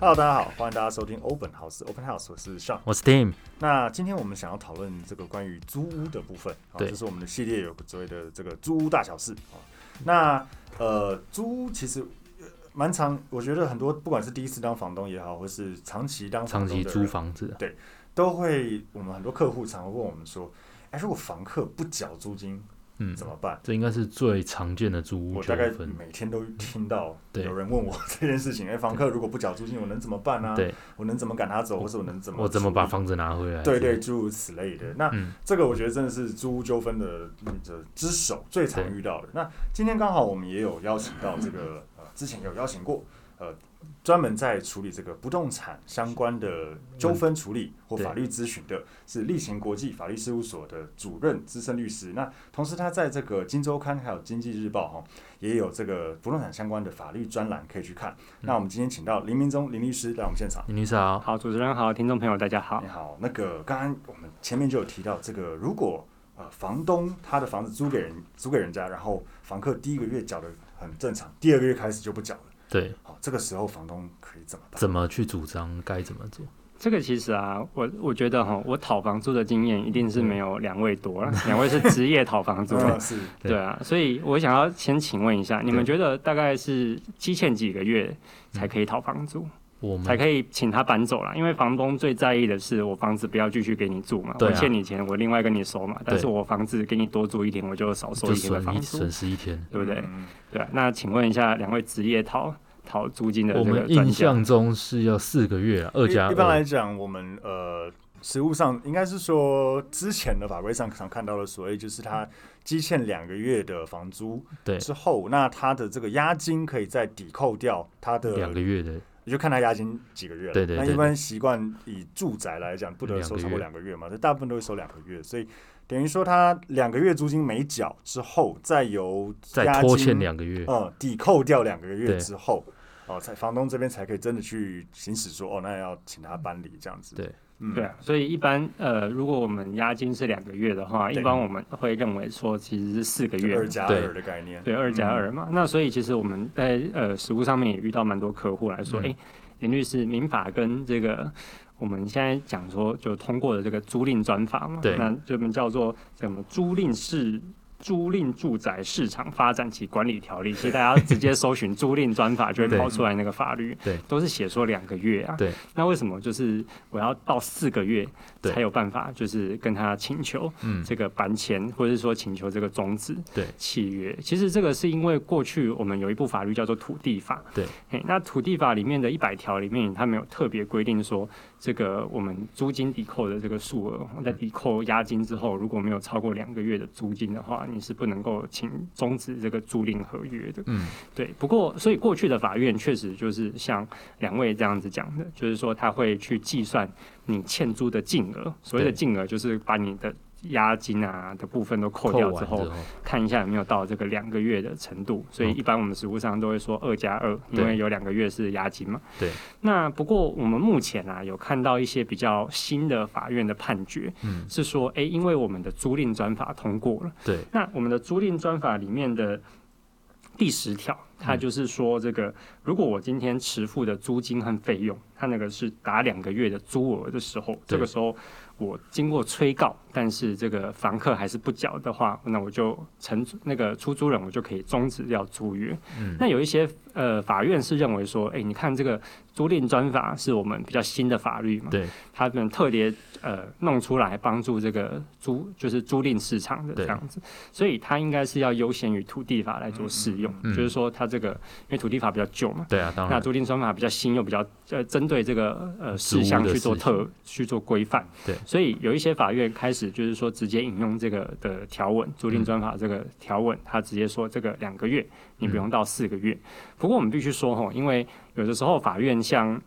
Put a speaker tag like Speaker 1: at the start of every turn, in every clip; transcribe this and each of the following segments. Speaker 1: Hello，大家好，欢迎大家收听 Open House。Open House 我是 Sean。
Speaker 2: 我是 Tim，
Speaker 1: 那今天我们想要讨论这个关于租屋的部分，啊，
Speaker 2: 对
Speaker 1: 这是我们的系列有所谓的这个租屋大小事啊。那呃，租屋其实呃蛮长，我觉得很多不管是第一次当房东也好，或是长期当
Speaker 2: 长
Speaker 1: 房东
Speaker 2: 期
Speaker 1: 的
Speaker 2: 租
Speaker 1: 人，
Speaker 2: 房子，啊
Speaker 1: 都会我们很多客户常会问我们说，哎，如果房客不缴租金
Speaker 2: 嗯，
Speaker 1: 怎么办？
Speaker 2: 这应该是最常见的租屋
Speaker 1: 我
Speaker 2: 纠
Speaker 1: 大概
Speaker 2: 纷，
Speaker 1: 每天都听到
Speaker 2: 对
Speaker 1: 有人问我这件事情，哎，房客如果不缴租金，我能怎么办呢、
Speaker 2: 对
Speaker 1: 我能怎么赶他走，或者我能怎么
Speaker 2: 我怎么把
Speaker 1: 处理
Speaker 2: 房子拿回来？
Speaker 1: 对对，，诸如此类的。那
Speaker 2: 嗯
Speaker 1: 这个我觉得真的是租屋纠纷的嗯这之首，最常
Speaker 2: 对
Speaker 1: 遇到的。那今天刚好我们也有邀请到这个呃，之前有邀请过呃，专门在处理这个不动产相关的纠纷处理或
Speaker 2: 对
Speaker 1: 法律咨询的，是立行国际法律事务所的主任资深律师。那同时他在这个《金周刊》还有《经济日报》哈、也有这个不动产相关的法律专栏可以去看。
Speaker 2: 嗯
Speaker 1: 那我们今天请到林明忠林律师来我们现场。
Speaker 2: 林律师好，
Speaker 3: 好，主持人好，听众朋友大家好
Speaker 2: 哎
Speaker 1: 你。好，那个刚刚我们前面就有提到，这个如果呃房东他的房子租给人租给人家，然后房客第一个月缴的很正常，第二个月开始就不缴了，
Speaker 2: 对，
Speaker 1: 好，这个时候房东可以怎么办？
Speaker 2: 怎么去主张，该怎么做？
Speaker 3: 这个其实啊，我我觉得哈，我讨房租的经验一
Speaker 2: 嗯
Speaker 3: 定是没有两位多了，两位是职业讨 房租，
Speaker 1: 嗯是
Speaker 2: 对
Speaker 3: 对啊，所以我想要先请问一下，你们觉得大概是积欠几个月
Speaker 2: 嗯
Speaker 3: 才可以讨房租，
Speaker 2: 我
Speaker 3: 才
Speaker 2: 们
Speaker 3: 可以请他搬走啦？因为房东最在意的是我房子不要继续给你住嘛，
Speaker 2: 对啊
Speaker 3: 我欠你钱，我另外跟你收嘛，但是
Speaker 2: 对
Speaker 3: 我房子给你多住一点，我就少收
Speaker 2: 就
Speaker 3: 一天的
Speaker 2: 损
Speaker 3: 房
Speaker 2: 一
Speaker 3: 租
Speaker 2: 损，失一天。
Speaker 3: 对不对？
Speaker 1: 嗯
Speaker 3: 对啊，那请问一下两位职业讨讨租金的
Speaker 2: 我
Speaker 3: 这
Speaker 2: 们
Speaker 3: 个专
Speaker 2: 印
Speaker 3: 家。
Speaker 2: 象中是要四个月啊，二
Speaker 1: 一
Speaker 2: 加
Speaker 1: 一般来
Speaker 2: 二，
Speaker 1: 讲，我们呃，实务上应该是说之前的法规上常看到的所谓就是他积欠两个月的房租
Speaker 2: 对，
Speaker 1: 之后，那他的这个押金可以再抵扣掉他的
Speaker 2: 两个月的，
Speaker 1: 你就看他押金几个月了。
Speaker 2: 对对对
Speaker 1: 那
Speaker 2: 对
Speaker 1: 一般习惯以住宅来讲，不得收超过两
Speaker 2: 两
Speaker 1: 个月嘛，这大部分都会收两个月，所以等于说他两个月租金没缴之后，再由押
Speaker 2: 再
Speaker 1: 金
Speaker 2: 拖欠两个月，
Speaker 3: 哦
Speaker 1: 嗯抵扣掉两个月
Speaker 2: 对
Speaker 1: 之后，哦，才房东这边才可以真的去行使说哦，那要请他搬离这样子。
Speaker 2: 对，
Speaker 1: 嗯，
Speaker 3: 对啊，所以一般呃，如果我们押金是两个月的话，一
Speaker 1: 对
Speaker 3: 般我们会认为说其实是四个月
Speaker 1: 二嗯
Speaker 3: 嘛，
Speaker 1: 加
Speaker 2: 对
Speaker 1: 二的概念。
Speaker 3: 对，二加二嘛。那所以其实我们在呃实务上面也遇到蛮多客户来
Speaker 1: 嗯
Speaker 3: 说，哎、林律师，民法跟这个我们现在讲说就通过的这个租赁专法嘛，
Speaker 2: 对
Speaker 3: 那这本叫做什么租赁市。租赁住宅市场发展及管理条例，其实大家直接搜寻租赁专法就会
Speaker 2: 对
Speaker 3: 跑出来那个法律，
Speaker 2: 对
Speaker 3: 都是写说两个月啊，
Speaker 2: 对，
Speaker 3: 那为什么就是我要到四个月
Speaker 2: 对
Speaker 3: 才有办法，就是跟他请求
Speaker 2: 嗯，
Speaker 3: 这个搬迁，或者是说请求这个终止
Speaker 2: 对
Speaker 3: 契约？其实这个是因为过去我们有一部法律叫做土地法，
Speaker 2: 对
Speaker 3: 嘿，那土地法里面的一百条里面，它没有特别规定说这个我们租金抵扣的这个数额，在抵扣押金之后，如果没有超过两个月的租金的话，你是不能够请终止这个租赁合约的。
Speaker 2: 嗯，
Speaker 3: 对，不过所以过去的法院确实就是像两位这样子讲的，就是说他会去计算你欠租的金额，所谓的
Speaker 2: 对
Speaker 3: 金额就是把你的押金啊的部分都扣
Speaker 2: 扣
Speaker 3: 掉
Speaker 2: 完
Speaker 3: 之
Speaker 2: 之
Speaker 3: 后，看一下有没有到这个两个月的程度。所以
Speaker 2: 嗯
Speaker 3: 一般我们实务上都会说二加二，因
Speaker 2: 对
Speaker 3: 为有两个月是押金嘛。
Speaker 2: 对。
Speaker 3: 那不过我们目前啊有看到一些比较新的法院的判决，
Speaker 2: 嗯
Speaker 3: 是说，诶，因为我们的租赁专法通过了，
Speaker 2: 对，
Speaker 3: 那我们的租赁专法里面的第十条，它就是说，这个、如果我今天迟付的租金和费用，它那个是打两个月的租额的时候，这个时候我经过催告，但是这个房客还是不缴的话，那我就承租那个出租人我就可以终止掉租约。
Speaker 2: 嗯
Speaker 3: 那有一些呃法院是认为说，哎，你看这个租赁专法是我们比较新的法律嘛，
Speaker 2: 对，
Speaker 3: 他们特别呃弄出来帮助这个租就是租赁市场的
Speaker 2: 对
Speaker 3: 这样子，所以它应该是要优先于土地法来做适用，
Speaker 2: 嗯
Speaker 3: 就是说它这个因为土地法比较旧嘛。
Speaker 2: 对啊，当
Speaker 3: 那
Speaker 2: 然，嗯
Speaker 3: 租赁专法比较新，又比较呃，针对这个呃
Speaker 2: 租屋
Speaker 3: 事
Speaker 2: 的
Speaker 3: 项去做
Speaker 2: 事情
Speaker 3: 特去做规范，
Speaker 2: 对
Speaker 3: 所以有一些法院开始就是说直接引用这个的条文，租赁专法这个条文，他直接说这个两个月，
Speaker 2: 嗯
Speaker 3: 你不用到四个月。不过我们必须说吼，因为有的时候法院像。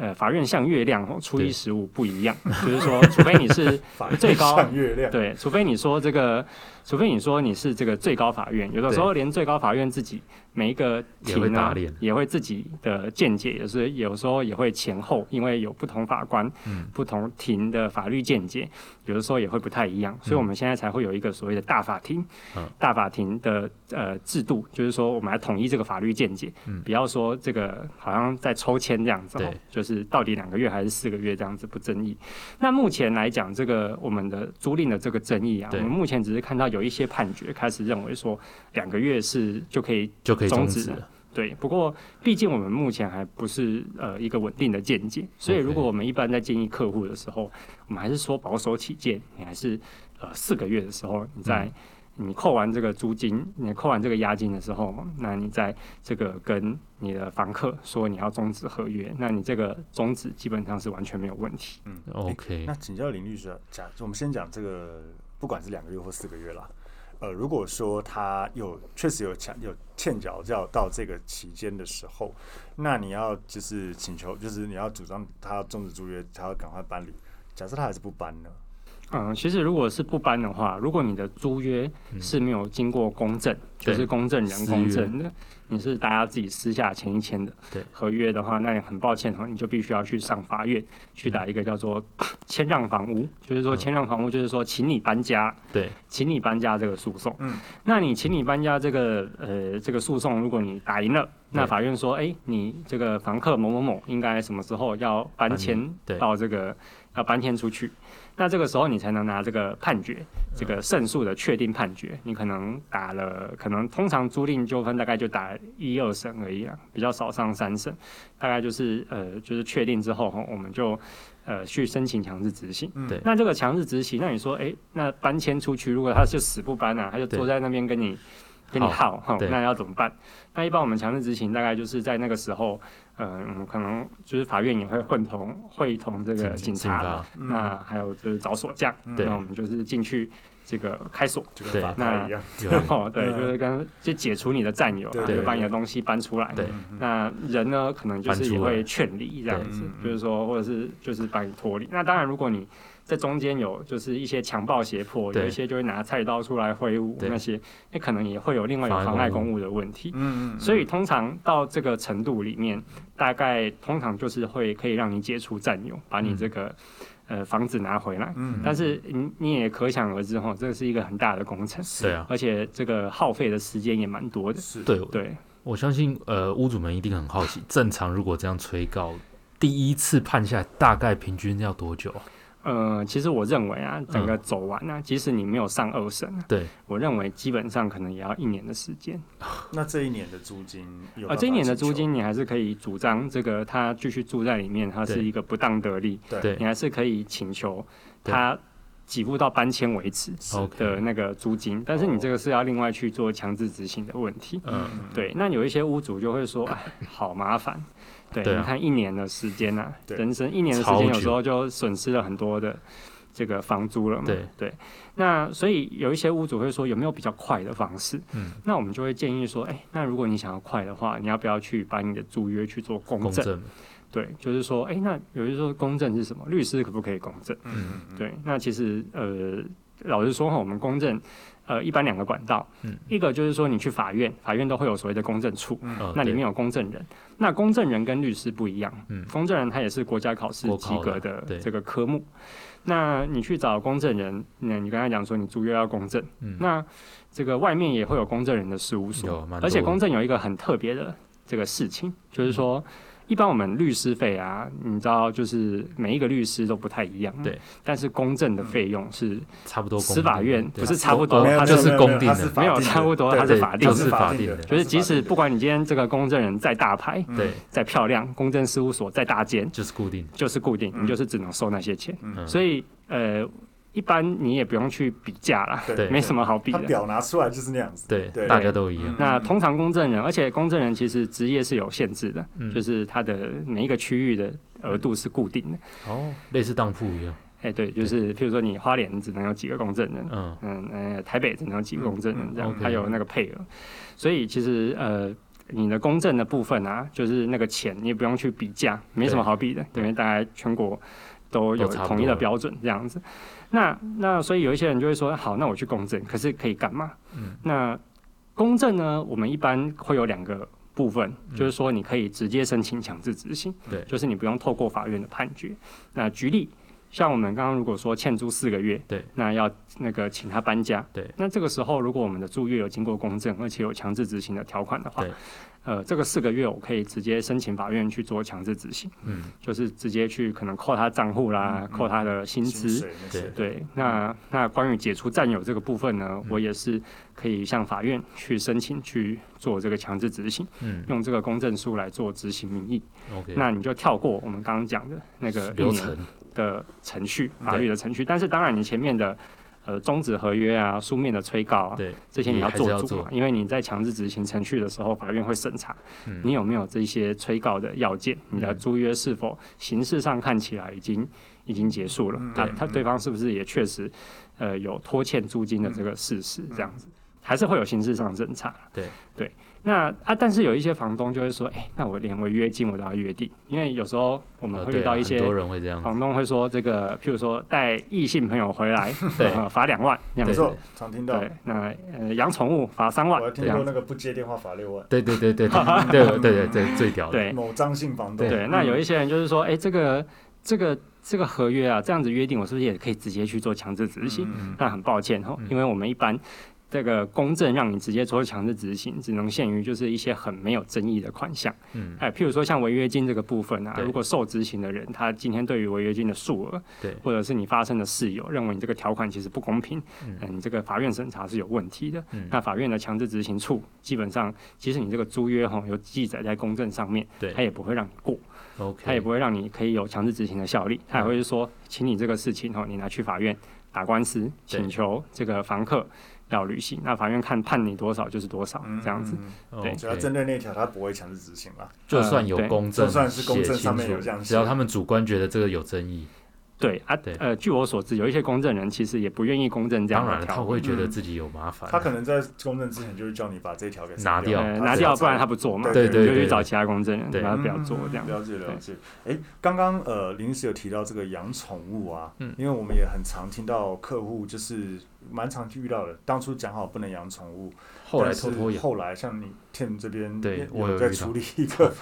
Speaker 3: 呃，法院像月亮哦，初
Speaker 2: 对
Speaker 3: 一十五不一样，就是说，除非你 是
Speaker 1: 法律
Speaker 3: 最高
Speaker 1: 上月亮。
Speaker 3: 对，除非你说这个，除非你说你是这个最高法院，有的时候连最高法院自己每一个
Speaker 2: 也会
Speaker 3: 庭
Speaker 2: 打
Speaker 3: 呢
Speaker 2: 脸
Speaker 3: 也会自己的见解，也是有时候也会前后，因为有不同法官、
Speaker 2: 嗯
Speaker 3: 不同庭的法律见解，有的时候也会不太一样，所以我们现在才会有一个所谓的大法庭。
Speaker 2: 嗯
Speaker 3: 大法庭的呃制度，就是说我们来统一这个法律见解，
Speaker 2: 嗯
Speaker 3: 不要说这个好像在抽签这样子、哦
Speaker 2: 对，
Speaker 3: 就是到底两个月还是四个月这样子不争议。那目前来讲，这个我们的租赁的这个争议啊，我
Speaker 2: 对
Speaker 3: 们目前只是看到有一些判决开始认为说两个月是就可以
Speaker 2: 就可以终
Speaker 3: 终止
Speaker 2: 止
Speaker 3: 了
Speaker 2: 了。
Speaker 3: 对，不过毕竟我们目前还不是呃一个稳定的见解，所以
Speaker 2: OK
Speaker 3: 如果我们一般在建议客户的时候，我们还是说保守起见，你还是呃四个月的时候，你
Speaker 2: 嗯
Speaker 3: 在、你扣完这个租金，你扣完这个押金的时候，那你在这个跟你的房客说你要终止合约，那你这个终止基本上是完全没有问题。
Speaker 1: 嗯
Speaker 2: 哦 OK，
Speaker 1: 那请教林律师啊，假我们先讲这个，不管是两个月或四个月啦，呃，如果说他有确实有欠有欠缴要到这个期间的时候，那你要就是请求，就是你要主张他要终止租约，他要赶快搬离。假设他还是不搬呢？
Speaker 3: 嗯，其实如果是不搬的话，如果你的租约是没有经过公证，就
Speaker 2: 嗯对
Speaker 3: 是公证人
Speaker 2: 私
Speaker 3: 公
Speaker 2: 约
Speaker 3: 证的，你是大家自己私下签一签的
Speaker 2: 对
Speaker 3: 合约的话，那也很抱歉哦，你就必须要去上法院去打一个叫做 谦让房屋，就是说
Speaker 2: 嗯
Speaker 3: 谦让房屋就是说请你搬家，
Speaker 2: 对，
Speaker 3: 请你搬家这个诉讼。
Speaker 1: 嗯，
Speaker 3: 那你请你搬家这个呃这个诉讼，如果你打赢了，那
Speaker 2: 对
Speaker 3: 法院说，哎、你这个房客某某某应该什么时候要搬
Speaker 2: 搬
Speaker 3: 迁
Speaker 2: 对
Speaker 3: 到这个要搬迁出去，那这个时候你才能拿这个判决，这个胜诉的确定判决，你可能打了，可能通常租赁纠纷大概就打一二审而已啊，比较少上三审，大概就是呃就是确定之后，我们就呃去申请强制执行。
Speaker 1: 嗯
Speaker 2: 对
Speaker 3: 那这个强制执行，那你说，哎、那搬迁出去，如果他就死不搬啊，他就
Speaker 2: 对
Speaker 3: 坐在那边跟你跟你耗，哈
Speaker 2: 对
Speaker 3: 那要怎么办？那一般我们强制执行大概就是在那个时候，嗯、我们可能就是法院也会混同会同这个
Speaker 2: 警
Speaker 3: 警察，
Speaker 2: 察
Speaker 1: 嗯
Speaker 3: 那还有就是找锁匠，
Speaker 1: 嗯
Speaker 2: 对
Speaker 3: 那我们就是进去这个开锁，
Speaker 1: 就跟
Speaker 2: 对
Speaker 1: 法拍一样，
Speaker 2: 有
Speaker 3: 然后对，
Speaker 1: 嗯
Speaker 3: 就是跟就解除你的占有，
Speaker 1: 对
Speaker 3: 然后
Speaker 2: 对
Speaker 3: 就把
Speaker 1: 对
Speaker 3: 你的东西搬出来，
Speaker 2: 对
Speaker 1: 嗯
Speaker 3: 那人呢，可能就
Speaker 2: 搬
Speaker 3: 是
Speaker 2: 出
Speaker 3: 也
Speaker 2: 来
Speaker 3: 会劝离这样子
Speaker 1: 对嗯，
Speaker 3: 就是说，或者是就是把你脱离。那当然，如果你在中间有就是一些强暴胁迫，
Speaker 2: 对
Speaker 3: 有一些就会拿菜刀出来挥舞
Speaker 2: 对
Speaker 3: 那些，那可能也会有另外有
Speaker 2: 妨碍
Speaker 3: 妨碍
Speaker 2: 公务
Speaker 3: 公务的问题。
Speaker 1: 嗯嗯
Speaker 3: 所以通常到这个程度里面，大概通常就是会可以让你解除占有，把你
Speaker 2: 嗯
Speaker 3: 这个、呃房子拿回来。
Speaker 1: 嗯
Speaker 3: 但是你你也可想而知哈，这是一个很大的工程，
Speaker 2: 对啊，
Speaker 3: 而且这个耗费的时间也蛮多的。
Speaker 1: 是，
Speaker 2: 对
Speaker 3: 对，
Speaker 2: 我相信呃屋主们一定很好奇，正常如果这样催告，第一次判下来大概平均要多久啊？
Speaker 3: 呃，其实我认为啊，整个走完啊，即使你没有上二审啊，
Speaker 2: 嗯对，
Speaker 3: 我认为基本上可能也要一年的时间。
Speaker 1: 那这一年的租金有
Speaker 3: 啊，
Speaker 1: 办
Speaker 3: 这一
Speaker 1: 法
Speaker 3: 年的
Speaker 1: 请
Speaker 3: 租
Speaker 1: 求
Speaker 3: 金你还是可以主张这个他继续住在里面，他是
Speaker 2: 对
Speaker 3: 一个不当得利，
Speaker 2: 对
Speaker 3: 你还是可以请求
Speaker 2: 对
Speaker 3: 他给付到搬迁为止
Speaker 1: 是
Speaker 3: 的
Speaker 2: ，OK，
Speaker 3: 那个租金，但是你这个是要另外去做强制执行的问题。
Speaker 2: 嗯，
Speaker 1: 嗯
Speaker 3: 对，那有一些屋主就会说，哎，好麻烦。对，
Speaker 2: 对啊
Speaker 3: 你看一年的时间啊，
Speaker 1: 对
Speaker 3: 人生一年的时间，
Speaker 2: 超
Speaker 3: 有
Speaker 2: 久
Speaker 3: 时候就损失了很多的这个房租了嘛。
Speaker 2: 对
Speaker 3: 那所以有一些屋主会说，有没有比较快的方式？
Speaker 2: 嗯，
Speaker 3: 那我们就会建议说，哎、那如果你想要快的话，你要不要去把你的租约去做公
Speaker 2: 公
Speaker 3: 证？
Speaker 2: 证
Speaker 3: 对，就是说，哎、那有人说公证是什么？律师可不可以公证？
Speaker 1: 嗯嗯，
Speaker 3: 对，那其实呃，老实说哈，我们公证呃一般两个管道，
Speaker 2: 嗯
Speaker 3: 一个就是说你去法院，法院都会有所谓的公证处，
Speaker 2: 呃，
Speaker 3: 那里
Speaker 2: 对
Speaker 3: 面有公证人，那公证人跟律师不一样，
Speaker 2: 嗯
Speaker 3: 公证人他也是国家考试
Speaker 2: 国
Speaker 3: 及
Speaker 2: 考
Speaker 3: 格
Speaker 2: 的
Speaker 3: 的
Speaker 2: 对
Speaker 3: 这个科目。那你去找公证人，那你刚才讲说你租约要公证，
Speaker 2: 嗯
Speaker 3: 那这个外面也会有公证人的事务
Speaker 2: 有
Speaker 3: 所，
Speaker 2: 蛮
Speaker 3: 而且
Speaker 2: 多的
Speaker 3: 公证有一个很特别的这个事情，就是说。一般我们律师费啊，你知道，就是每一个律师都不太一样。
Speaker 2: 对，嗯
Speaker 3: 但是公证的费用是
Speaker 2: 差不多公
Speaker 3: 司法
Speaker 2: 定
Speaker 3: 院
Speaker 2: 对
Speaker 3: 不是
Speaker 2: 啊
Speaker 3: 差不多
Speaker 2: 哦
Speaker 1: 没有
Speaker 3: 它
Speaker 1: 没有
Speaker 2: 就是
Speaker 1: 没有
Speaker 2: 公
Speaker 1: 没有
Speaker 2: 定
Speaker 1: 它
Speaker 2: 的
Speaker 1: 是法
Speaker 3: 没有
Speaker 1: 定的
Speaker 3: 差不多，
Speaker 2: 对
Speaker 3: 它是
Speaker 2: 对
Speaker 3: 法定
Speaker 2: 就
Speaker 3: 的，
Speaker 2: 是法
Speaker 1: 定
Speaker 2: 定
Speaker 1: 的
Speaker 2: 的嗯
Speaker 3: 就是即使不
Speaker 1: 管
Speaker 3: 管你今天这个公证人再大牌、
Speaker 2: 对，
Speaker 3: 再漂亮，公证事务所再大间，
Speaker 2: 就是固定的，
Speaker 3: 就是固定，
Speaker 1: 嗯
Speaker 3: 你就是只能收那些钱。
Speaker 1: 嗯
Speaker 3: 所以呃，一般你也不用去比价啦，
Speaker 2: 对
Speaker 3: 没什么好比
Speaker 1: 他
Speaker 3: 的。
Speaker 1: 表嗯拿出来就是那样子，
Speaker 2: 对
Speaker 1: 对，
Speaker 2: 大家都一样，
Speaker 3: 那通常公证人，而且公证人其实职业是有限制的，
Speaker 2: 嗯
Speaker 3: 就是他的每一个区域的额度是固定的。
Speaker 2: 哦，类似当铺一样，
Speaker 3: 哎、对，就是譬如说你花莲只能有几个公证人，
Speaker 2: 嗯，
Speaker 3: 嗯呃，台北只能有几个公证人这
Speaker 2: 嗯，
Speaker 3: 样
Speaker 2: 嗯
Speaker 3: 它、
Speaker 2: ，OK
Speaker 3: 有那个配额，所以其实呃，你的公证的部分啊，就是那个钱你也不用去比价，没什么好比的，因为大概全国都有
Speaker 2: 都差不多
Speaker 3: 统一的标准这样子。那那所以有一些人就会说，好，那我去公证，可是可以干嘛？
Speaker 2: 嗯
Speaker 3: 那公证呢，我们一般会有两个部分，就是说你可以直接申请强制执行，
Speaker 2: 嗯对
Speaker 3: 就是你不用透过法院的判决。那举例，像我们刚刚如果说欠租四个月，
Speaker 2: 对，
Speaker 3: 那要那个请他搬家，
Speaker 2: 对
Speaker 3: 那这个时候如果我们的租约有经过公证，而且有强制执行的条款的话
Speaker 2: 对，
Speaker 3: 呃，这个四个月我可以直接申请法院去做强制执行，
Speaker 2: 嗯，
Speaker 3: 就是直接去可能扣他账户啦，
Speaker 1: 嗯嗯
Speaker 3: 扣他的薪
Speaker 1: 薪
Speaker 3: 资，
Speaker 1: 水那些
Speaker 2: 对
Speaker 3: 对，那那关于解除占有这个部分
Speaker 1: 嗯
Speaker 3: 呢，我也是可以向法院去申请去做这个强制执行，
Speaker 2: 嗯
Speaker 3: 用这个公证书来做执行名义。
Speaker 2: ，OK，
Speaker 3: 那嗯你就跳过我们刚刚讲的那个一
Speaker 2: 流
Speaker 3: 年
Speaker 2: 程
Speaker 3: 的程序，
Speaker 1: 嗯
Speaker 2: 对
Speaker 3: 法律的程序。但是当然，你前面的呃终止合约啊、书面的催告啊，
Speaker 2: 对
Speaker 3: 这些你要
Speaker 2: 还是
Speaker 3: 做
Speaker 2: 要
Speaker 3: 主嘛
Speaker 2: 做，
Speaker 3: 因为你在强制执行程序的时候，法院会审查
Speaker 2: 嗯
Speaker 3: 你有没有这些催告的要件，你的
Speaker 2: 嗯
Speaker 3: 租约是否形式上看起来已经已经结束了
Speaker 1: 嗯，
Speaker 3: 他
Speaker 2: 对
Speaker 3: 他对方是不是也确实呃有拖欠租金的这个事实，这样子还是会有形式上审查。
Speaker 2: 嗯对
Speaker 3: 对，那啊，但是有一些房东就会说，哎，那我连违约金我都要约定，因为有时候我们
Speaker 2: 呃
Speaker 3: 嗯会
Speaker 2: 对
Speaker 3: 遇
Speaker 2: 啊
Speaker 3: 到一
Speaker 2: 很多
Speaker 3: 些。
Speaker 2: 人会这样，
Speaker 3: 房东会说这个，譬如说带异性朋友回来，
Speaker 2: 对
Speaker 3: 呃罚两万这样
Speaker 1: 没
Speaker 3: 子。
Speaker 1: 错，常听到
Speaker 3: 对。，那呃养宠物罚三万
Speaker 1: 我还
Speaker 3: 这
Speaker 1: 听
Speaker 3: 样
Speaker 1: 过
Speaker 3: 子。
Speaker 1: 那个不接电话罚六万，
Speaker 2: 对对对对 对对对对对最屌的，
Speaker 3: 对
Speaker 1: 某张姓房东。嗯
Speaker 3: 对，那有一些人就是说，哎、这个这个这个合约啊，这样子约定，我是不是也可以直接去做强制执行？
Speaker 1: 嗯
Speaker 3: 那很抱歉哦
Speaker 2: 嗯，
Speaker 3: 因为我们一般。这个公证让你直接做强制执行，只能限于就是一些很没有争议的款项，
Speaker 2: 嗯
Speaker 3: 哎，譬如说像违约金这个部分啊，
Speaker 2: 对
Speaker 3: 如果受执行的人他今天对于违约金的数额，
Speaker 2: 对
Speaker 3: 或者是你发生的事由，认为你这个条款其实不公平，
Speaker 2: 嗯
Speaker 3: 嗯，你这个法院审查是有问题的，
Speaker 2: 嗯
Speaker 3: 那法院的强制执行处基本上，即使你这个租约哦哈有记载在公证上面，
Speaker 2: 对
Speaker 3: 他也不会让你过，
Speaker 2: ，OK，
Speaker 3: 他也不会让你可以有强制执行的效力，他也会说，请你这个事情哦，你拿去法院打官司，
Speaker 2: 对
Speaker 3: 请求这个房客要履行，那法院看判你多少就是多少
Speaker 1: 嗯
Speaker 3: 这样子。，
Speaker 1: 嗯
Speaker 2: 对
Speaker 1: 只要针对那条，他不会强制执行啦。
Speaker 2: 哦就
Speaker 3: 嗯
Speaker 2: 算有公证，
Speaker 1: 就算是公证
Speaker 2: 写清
Speaker 1: 上面
Speaker 2: 楚
Speaker 1: 有这样写
Speaker 2: 只要他们主观觉得这个有争议，
Speaker 3: 对啊
Speaker 2: 嗯对，
Speaker 3: 呃，据我所知，有一些公证人其实也不愿意公证这样
Speaker 2: 当
Speaker 3: 的
Speaker 2: 然他
Speaker 3: 条
Speaker 2: 会觉得
Speaker 1: 嗯
Speaker 2: 自己有麻烦，啊
Speaker 1: 他可能在公证之前就是叫你把这条给删
Speaker 2: 拿掉
Speaker 3: 呃
Speaker 1: 他
Speaker 3: 拿
Speaker 1: 只
Speaker 3: 掉，
Speaker 1: 要
Speaker 3: 不然
Speaker 1: 查
Speaker 3: 他不做嘛，
Speaker 1: 对
Speaker 3: 你
Speaker 1: 对
Speaker 3: 就
Speaker 2: 对
Speaker 3: 去
Speaker 2: 对
Speaker 3: 找其他公证人，
Speaker 2: 对
Speaker 3: 让他不要做这样。
Speaker 1: 嗯了解了
Speaker 3: 对
Speaker 1: 解。哎，刚刚呃，林律师有提到这个养宠物啊，
Speaker 2: 嗯
Speaker 1: 因为我们也很常听到客户就是蛮常遇到的，当初讲好不能养宠物，
Speaker 2: 后来
Speaker 1: 但是
Speaker 2: 偷偷养，
Speaker 1: 后来像你 Tim 这边
Speaker 2: 对
Speaker 1: 也
Speaker 2: 我有
Speaker 1: 在
Speaker 2: 遇到
Speaker 1: 处理一 个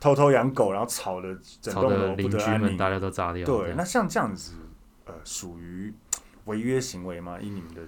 Speaker 1: 偷偷养狗，然后吵得整
Speaker 2: 吵
Speaker 1: 栋
Speaker 2: 得
Speaker 1: 楼
Speaker 2: 邻
Speaker 1: 不得
Speaker 2: 居
Speaker 1: 安
Speaker 2: 们
Speaker 1: 宁。
Speaker 2: 大家都炸掉，这
Speaker 1: 对，
Speaker 2: 样
Speaker 1: 那像这样子，呃，属于违约行为吗？以你们的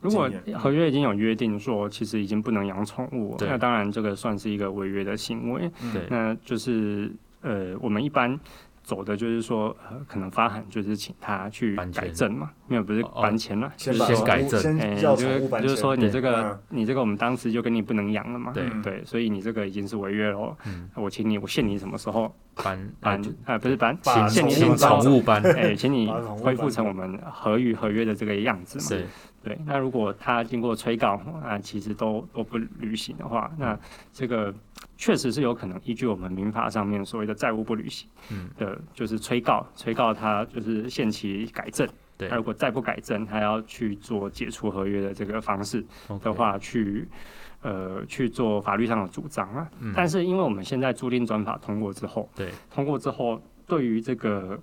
Speaker 3: 如果
Speaker 1: 经验
Speaker 3: 合约已经有约定说，其实已经不能养宠物，
Speaker 2: 对
Speaker 3: 那当然这个算是一个违约的行为。
Speaker 2: 对
Speaker 1: 嗯
Speaker 3: 那就是呃，我们一般走的就是说，呃，可能发函就是请他去
Speaker 2: 搬迁
Speaker 3: 改正嘛，没有不是
Speaker 2: 哦哦
Speaker 3: 搬迁了，就
Speaker 1: 先
Speaker 3: 是
Speaker 1: 把
Speaker 3: 说
Speaker 2: 先改
Speaker 1: 宠物
Speaker 2: 正
Speaker 3: 哎，
Speaker 1: 先
Speaker 3: 你
Speaker 1: 要
Speaker 3: 就
Speaker 1: 宠物
Speaker 3: 是
Speaker 1: 版
Speaker 3: 就是
Speaker 1: 权。
Speaker 3: 说你这
Speaker 1: 嗯
Speaker 3: 个你这个我们当时就跟你不能养了嘛，
Speaker 2: 对
Speaker 1: 嗯
Speaker 3: 对，所以你这个已经是违约喽。
Speaker 2: 嗯，
Speaker 3: 我请你，我限你什么时候
Speaker 2: 搬哎
Speaker 3: 搬
Speaker 2: 搬
Speaker 3: 啊？不是搬，
Speaker 1: 把
Speaker 3: 限
Speaker 2: 请
Speaker 1: 宠物
Speaker 3: 你什
Speaker 2: 请
Speaker 1: 搬
Speaker 3: 么时候
Speaker 2: 宠 物搬，
Speaker 3: 哎，请你
Speaker 1: 把宠物
Speaker 3: 恢复
Speaker 1: 搬
Speaker 3: 成
Speaker 1: 走
Speaker 3: 我们合约合约的这个样子嘛。
Speaker 2: 对
Speaker 3: 对，那如果他经过催告啊，其实都都不履行的话，那这个确实是有可能依据我们民法上面所谓的债务不履行
Speaker 2: 嗯
Speaker 3: 的，就是催告，催告他就是限期改正。
Speaker 2: 对
Speaker 3: 那如果再不改正，他要去做解除合约的这个方式
Speaker 2: OK，
Speaker 3: 的话，去呃去做法律上的主张啊。
Speaker 2: 嗯
Speaker 3: 但是因为我们现在租赁专法通过之后，
Speaker 2: 对
Speaker 3: 通过之后，对于这个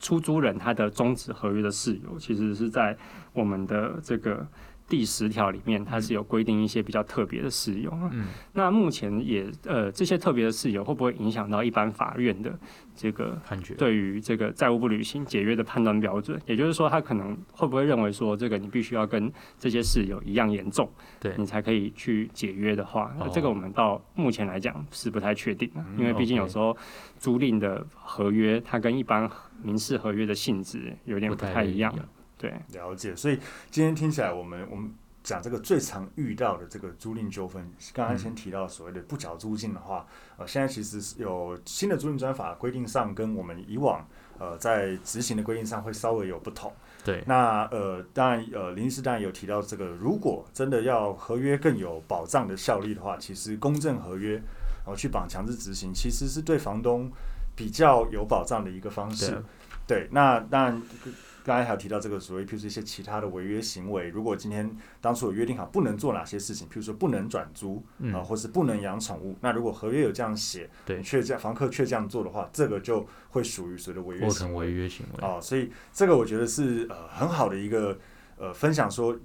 Speaker 3: 出租人他的终止合约的事由，其实是在我们的这个第十条里面，它是有规定一些比较特别的事由。啊
Speaker 2: 嗯
Speaker 3: 那目前也呃，这些特别的事由会不会影响到一般法院的这个
Speaker 2: 判决
Speaker 3: 对于这个债务不履行解约的判断标准，也就是说，他可能会不会认为说，这个你必须要跟这些事有一样严重，
Speaker 2: 对
Speaker 3: 你才可以去解约的话，那这个
Speaker 2: 哦嗯
Speaker 3: 我们到目前来讲是不太确定的，因为毕竟
Speaker 2: OK
Speaker 3: 有时候租赁的合约它跟一般民事合约的性质有点
Speaker 2: 不
Speaker 3: 不太一样，对，
Speaker 1: 了解，所以今天听起来我，们我们讲这个最常遇到的这个租赁纠纷，刚刚先提到所谓的不缴租金的话，呃，现在其实是有新的租赁专法规定上跟我们以往呃在执行的规定上会稍微有不同。
Speaker 2: 对
Speaker 1: 那呃，当然呃，林医师当然有提到这个，如果真的要合约更有保障的效力的话，其实公证合约然后去绑强制执行，其实是对房东比较有保障的一个方式
Speaker 2: 对。啊
Speaker 1: 对，那那刚才还有提到这个所谓，譬如说一些其他的违约行为，如果今天当初有约定好不能做哪些事情，譬如说不能转租啊、
Speaker 2: 嗯
Speaker 1: 或是不能养宠物，那如果合约有这样写，
Speaker 2: 对
Speaker 1: 你却这样房客却这样做的话，这个就会属于所谓的违约
Speaker 2: 构
Speaker 1: 行
Speaker 2: 成
Speaker 1: 为
Speaker 2: 违。约行为，
Speaker 1: 哦，所以这个我觉得是呃很好的一个呃分享说。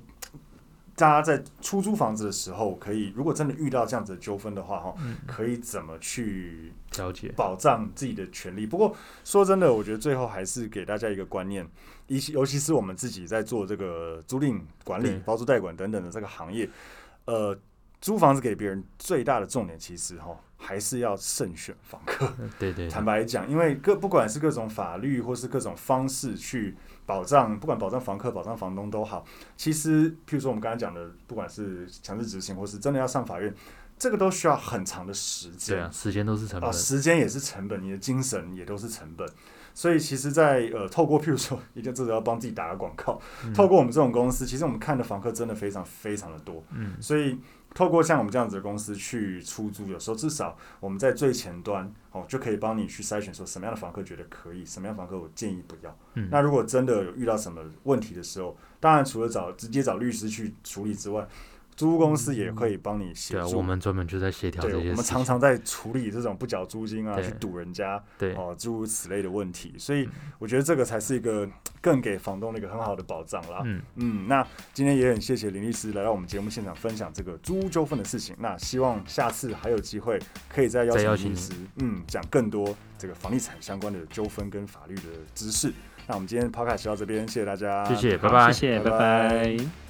Speaker 1: 大家在出租房子的时候，可以如果真的遇到这样子的纠纷的话，哈，
Speaker 2: 嗯，
Speaker 1: 可以怎么去
Speaker 2: 了解，
Speaker 1: 保障自己的权利？不过说真的，我觉得最后还是给大家一个观念，尤其尤其是我们自己在做这个租赁管
Speaker 2: 对
Speaker 1: 理、包租代管等等的这个行业，呃，租房子给别人最大的重点，其实哈，还是要慎选房客。
Speaker 2: 嗯对对，
Speaker 1: 坦白讲，因为各不管是各种法律或是各种方式去保障，不管保障房客、保障房东都好，其实譬如说我们刚才讲的，不管是强制执行或是真的要上法院，这个都需要很长的时
Speaker 2: 对
Speaker 1: 间
Speaker 2: 啊，时间都是成本，
Speaker 1: 时间也是成本，你的精神也都是成本。所以其实在，呃，透过譬如说，一定这个要帮自己打个广告，
Speaker 2: 嗯
Speaker 1: 透过我们这种公司，其实我们看的房客真的非常非常的多。
Speaker 2: 嗯，
Speaker 1: 所以透过像我们这样子的公司去出租，有时候至少我们在最前端哦，就可以帮你去筛选说什么样的房客觉得可以，什么样的房客我建议不要。
Speaker 2: 嗯
Speaker 1: 那如果真的有遇到什么问题的时候，当然除了找直接找律师去处理之外，租屋公司也可以帮你协
Speaker 2: 嗯对啊，
Speaker 1: 助。
Speaker 2: 我们专门就在协调
Speaker 1: 对，
Speaker 2: 这
Speaker 1: 我
Speaker 2: 些
Speaker 1: 们
Speaker 2: 事
Speaker 1: 常
Speaker 2: 情，
Speaker 1: 常在处理这种不缴租金啊，
Speaker 2: 对
Speaker 1: 去堵人家
Speaker 2: 对，嗯
Speaker 1: 哦，诸如此类的问题，所以我觉得这个才是一个更给房东的一个很好的保障啦。
Speaker 2: 嗯，
Speaker 1: 嗯，那今天也很谢谢林律师来到我们节目现场分享这个租屋纠纷的事情。那希望下次还有机会可以再邀
Speaker 2: 再邀
Speaker 1: 请林律
Speaker 2: 请你
Speaker 1: 师，嗯，讲更多这个房地产相关的纠纷跟法律的知识。那我们今天 podcast 啊就到这边，谢谢大家，
Speaker 2: 谢谢，拜
Speaker 3: 好
Speaker 2: 拜
Speaker 3: 谢。谢，
Speaker 1: 拜
Speaker 3: 拜
Speaker 1: 拜
Speaker 3: 拜